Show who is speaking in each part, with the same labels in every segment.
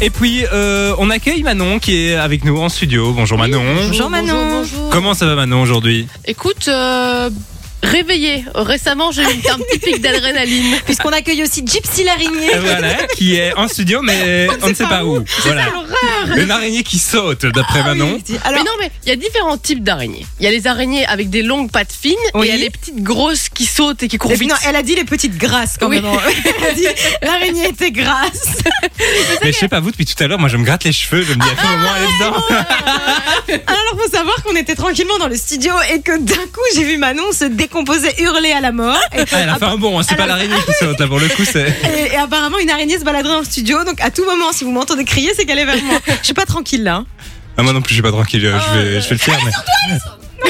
Speaker 1: Et puis, euh, on accueille Manon qui est avec nous en studio. Bonjour Manon.
Speaker 2: Bonjour Manon.
Speaker 3: bonjour.
Speaker 1: Comment ça va Manon aujourd'hui
Speaker 3: Écoute, euh, réveillée. Récemment, j'ai eu un petit pic d'adrénaline.
Speaker 2: Puisqu'on accueille aussi Gypsy l'araignée.
Speaker 1: Euh, Voilà, qui est en studio mais on ne sait pas où. Voilà. Une araignée qui saute d'après Manon.
Speaker 2: Alors,
Speaker 3: Mais non, mais il y a différents types d'araignées. Il y a les araignées avec des longues pattes fines
Speaker 2: Oui.
Speaker 3: et il y a les petites grosses qui sautent et qui courent
Speaker 2: les-
Speaker 3: vite.
Speaker 2: non, elle a dit les petites grasses quand
Speaker 3: Oui.
Speaker 2: même. hein. Elle a dit l'araignée était grasse.
Speaker 1: Mais je sais pas vous depuis tout à l'heure, moi je me gratte les cheveux, je me dis à quel moment elle est dedans.
Speaker 2: Alors faut savoir qu'on était tranquillement dans le studio et que d'un coup j'ai vu Manon se décomposer, hurler à la mort. Et,
Speaker 1: Ah, elle a fait un bon, c'est pas l'araignée qui saute là pour le coup, c'est.
Speaker 2: et- et apparemment une araignée se baladerait dans le studio. Donc à tout moment, si vous m'entendez crier, c'est qu'elle est vers moi. Je suis pas tranquille là. hein.
Speaker 1: Ah, moi non plus, je suis pas tranquille, euh, je vais, je
Speaker 2: Ah,
Speaker 1: vais le faire.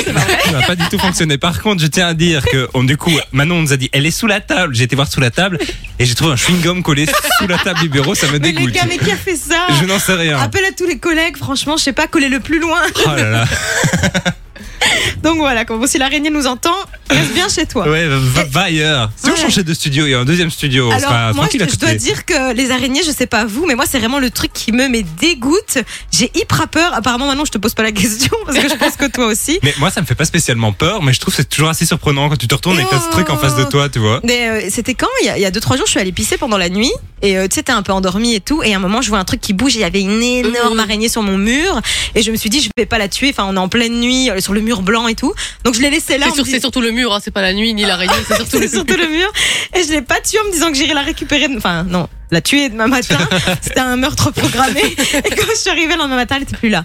Speaker 1: Mais... Ça n'a pas du tout fonctionné. Par contre, je tiens à dire que, on, du coup, Manon nous a dit, elle est sous la table. J'ai été voir sous la table et j'ai trouvé un chewing-gum collé sous la table du bureau, ça me
Speaker 2: Mais les
Speaker 1: dégoûte.
Speaker 2: gars, mais qui a fait ça
Speaker 1: Je n'en sais rien.
Speaker 2: Appelle à tous les collègues, franchement, je sais pas, coller le plus loin.
Speaker 1: Oh là là.
Speaker 2: Donc voilà, quand, si l'araignée nous entend, reste bien chez toi.
Speaker 1: Ouais, va, va ailleurs. Si on
Speaker 2: Ouais.
Speaker 1: changeait de studio, il y a un deuxième
Speaker 3: Oh,
Speaker 1: studio. on sera
Speaker 2: Alors, moi,
Speaker 1: tranquille
Speaker 2: je,
Speaker 1: à
Speaker 2: je
Speaker 1: côté.
Speaker 2: dois dire que les araignées, je sais pas vous, mais moi, c'est vraiment le truc qui me mais dégoûte. J'ai hyper peur. Apparemment, Manon, je te pose pas la question parce que je pense que toi aussi.
Speaker 1: Mais moi, ça me fait pas spécialement peur, mais je trouve que c'est toujours assez surprenant quand tu te retournes et que t'as ce truc en face de
Speaker 2: Oh.
Speaker 1: toi, tu vois.
Speaker 2: Mais euh, c'était quand il y, a, il y a deux trois jours, je suis allée pisser pendant la nuit et euh, tu sais, t'es un peu endormie et tout. Et à un moment, je vois un truc qui bouge. et Il y avait une énorme
Speaker 3: Mhm.
Speaker 2: araignée sur mon mur et je me suis dit, je vais pas la tuer. Enfin, on est en pleine nuit euh, sur le mur blanc et tout. Donc je l'ai laissée là.
Speaker 3: C'est
Speaker 2: en
Speaker 3: sur-
Speaker 2: me
Speaker 3: c'est surtout le mur, hein, c'est pas la nuit ni l'araignée, c'est surtout
Speaker 2: C'est
Speaker 3: le mur.
Speaker 2: surtout le mur. Et je l'ai pas tuée en me disant que j'irais la récupérer. de- Enfin, non, la tuer demain matin. C'était un meurtre programmé. Et quand je suis arrivée le lendemain matin, elle était plus là.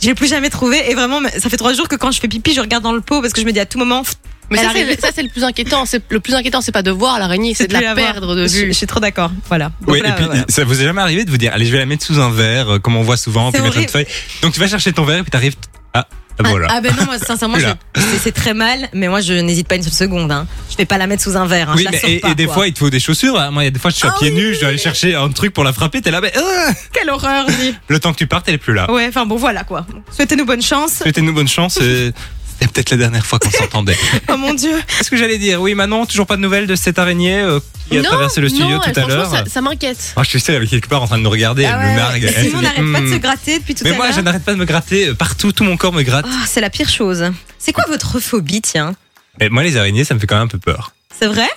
Speaker 2: Je l'ai plus jamais trouvée. Et vraiment, ça fait trois jours que quand je fais pipi, je regarde dans le pot parce que je me dis à tout moment, pff,
Speaker 3: Mais
Speaker 2: Elle
Speaker 3: ça, c'est
Speaker 2: arrive.
Speaker 3: le- ça, c'est le plus inquiétant. C'est- Le plus inquiétant, c'est pas de voir l'araignée, c'est de
Speaker 2: plus
Speaker 3: la
Speaker 2: voir.
Speaker 3: perdre de
Speaker 2: Je,
Speaker 3: vue.
Speaker 2: je suis trop d'accord. Voilà. Donc
Speaker 1: Oui,
Speaker 2: là,
Speaker 1: et puis euh,
Speaker 2: voilà.
Speaker 1: ça vous est jamais arrivé de vous dire, allez, je vais la mettre sous un verre, euh, comme on voit souvent,
Speaker 2: C'est
Speaker 1: puis mettre une
Speaker 2: horrible.
Speaker 1: feuille. Donc tu vas chercher ton verre et puis t'arrives. Ah,
Speaker 2: Ah,
Speaker 1: voilà.
Speaker 2: Ah ben non, moi, sincèrement,
Speaker 1: Plus là.
Speaker 2: je- c'est- c'est très mal, mais moi je n'hésite pas une seule seconde. Hein. Je vais pas la mettre sous un verre. hein.
Speaker 1: oui,
Speaker 2: je la
Speaker 1: mais
Speaker 2: sors
Speaker 1: et,
Speaker 2: pas,
Speaker 1: et des
Speaker 2: quoi.
Speaker 1: fois, il te faut des chaussures. hein. Moi, il y a des fois, je suis à
Speaker 2: Ah
Speaker 1: pieds
Speaker 2: oui,
Speaker 1: nus,
Speaker 2: oui,
Speaker 1: je dois aller chercher un truc pour la frapper. T'es là, mais ah
Speaker 2: quelle horreur. dis.
Speaker 1: le temps que tu partes, elle est plus là.
Speaker 2: Ouais, enfin bon, voilà quoi. Souhaitez-nous bonne chance.
Speaker 1: Souhaitez-nous bonne chance. et C'était peut-être la dernière fois qu'on s'entendait.
Speaker 2: Oh mon dieu.
Speaker 1: Qu'est-ce que j'allais dire Oui, Manon, toujours pas de nouvelles de cette araignée euh, qui a
Speaker 3: Non,
Speaker 1: traversé le studio
Speaker 3: non,
Speaker 1: tout à
Speaker 3: franchement,
Speaker 1: l'heure.
Speaker 3: Ça, ça m'inquiète.
Speaker 1: Moi, je suis seul avec quelque part en train de nous regarder.
Speaker 2: Ah
Speaker 1: elle
Speaker 2: ouais,
Speaker 1: me nargue.
Speaker 2: ouais.
Speaker 1: Elle se
Speaker 2: Simon
Speaker 1: dit,
Speaker 2: n'arrête pas de se
Speaker 1: hmm.
Speaker 2: gratter depuis tout
Speaker 1: Mais
Speaker 2: à
Speaker 1: moi,
Speaker 2: l'heure.
Speaker 1: je n'arrête pas de me gratter euh, partout. Tout mon corps me gratte.
Speaker 2: Ah, c'est la pire chose. C'est quoi votre phobie, tiens
Speaker 1: Mais moi, les araignées, ça me fait quand même un peu peur.
Speaker 2: C'est vrai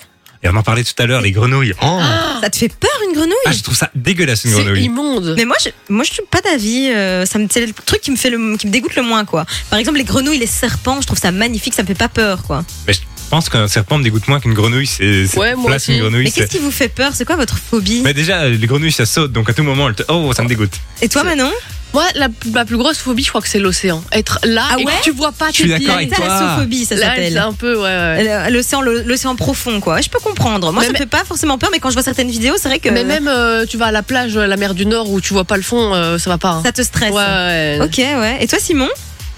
Speaker 1: Et on en parlait tout à l'heure, les grenouilles. Oh.
Speaker 2: Ça te fait peur une grenouille
Speaker 1: Ah, je trouve ça dégueulasse une
Speaker 3: C'est
Speaker 1: grenouille.
Speaker 3: immonde.
Speaker 2: mais moi je, moi je suis pas d'avis, euh, ça me c'est le truc qui me fait le qui me dégoûte le moins quoi. Par exemple les grenouilles, les serpents, je trouve ça magnifique, ça me fait pas peur quoi.
Speaker 1: Mais je pense qu'un serpent me dégoûte moins qu'une grenouille. C'est c'est-
Speaker 3: Ouais, moi
Speaker 1: place une
Speaker 3: aussi.
Speaker 1: grenouille.
Speaker 2: Mais
Speaker 1: c'est-
Speaker 2: qu'est-ce qui vous fait peur C'est quoi votre phobie
Speaker 1: Mais déjà, les grenouilles, ça saute, donc à tout moment, elles te... oh, ça me dégoûte.
Speaker 2: Et toi Manon
Speaker 3: Moi, la, ma plus grosse phobie, je crois que c'est l'océan. Être là
Speaker 2: Ah
Speaker 3: et
Speaker 2: ouais
Speaker 3: que tu vois pas.
Speaker 1: Je suis
Speaker 3: tu te dis,
Speaker 1: d'accord avec
Speaker 2: C'est la
Speaker 1: toi.
Speaker 2: sophobie ça
Speaker 3: Là, c'est
Speaker 2: s'appelle.
Speaker 3: un peu, ouais, ouais.
Speaker 2: Euh, L'océan le- l'océan profond quoi. Je peux comprendre. Moi
Speaker 3: Mais-
Speaker 2: ça me
Speaker 3: mais-
Speaker 2: fait pas forcément peur mais quand je vois certaines vidéos, c'est vrai que
Speaker 3: Mais même euh, tu vas à la plage, euh, la mer du Nord où tu vois pas le fond, euh, ça va pas. hein.
Speaker 2: ça te stresse.
Speaker 3: Ouais, ouais.
Speaker 2: OK ouais. Et toi Simon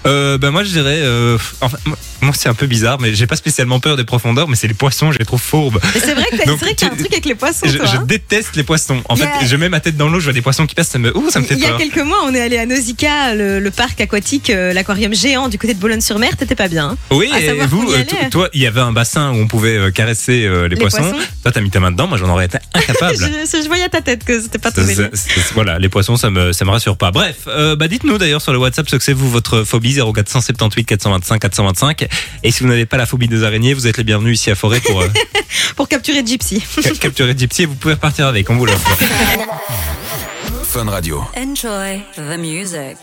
Speaker 1: Euh, ben moi, je dirais. euh, enfin, moi- moi, c'est un peu bizarre, mais j'ai pas spécialement peur des profondeurs, mais c'est les poissons, je les trouve fourbes.
Speaker 2: Mais C'est vrai que t'as- c'est
Speaker 1: Donc,
Speaker 2: vrai qu'il y a un
Speaker 1: tu-
Speaker 2: truc avec les poissons
Speaker 1: Je,
Speaker 2: toi.
Speaker 1: je
Speaker 2: hein.
Speaker 1: déteste les poissons. En
Speaker 2: Il y
Speaker 1: fait,
Speaker 2: a-
Speaker 1: je mets ma tête dans l'eau, je vois des poissons qui passent, ça me, ouh, ça me fait
Speaker 2: Il y a
Speaker 1: peur.
Speaker 2: quelques mois, on est allé à Nausicaa, le, le parc aquatique, euh, l'aquarium géant du côté de Boulogne-sur-Mer. T'étais pas bien. hein
Speaker 1: Oui,
Speaker 2: à
Speaker 1: et
Speaker 2: savoir
Speaker 1: vous,
Speaker 2: qu'on y
Speaker 1: euh,
Speaker 2: allait.
Speaker 1: to- toi, il y avait un bassin où on pouvait euh, caresser euh, les, poissons. Toi, t'as mis ta main dedans, moi, j'en aurais été
Speaker 2: je,
Speaker 1: incapable.
Speaker 2: je- je voyais à ta tête que c'était pas ton
Speaker 1: C'est-
Speaker 2: délire.
Speaker 1: c'est- c'est- voilà, les poissons, ça me, ça me rassure pas. Bref, euh, bah dites-nous d'ailleurs sur le WhatsApp ce que c'est vous votre phobie 0478 425 425. Et si vous n'avez pas la phobie des araignées, vous êtes les bienvenus ici à Forêt pour euh,
Speaker 2: Pour capturer Gypsy.
Speaker 1: ca- capturer Gypsy et vous pouvez repartir avec. On vous l'offre.
Speaker 4: Fun Radio.
Speaker 5: Enjoy the music.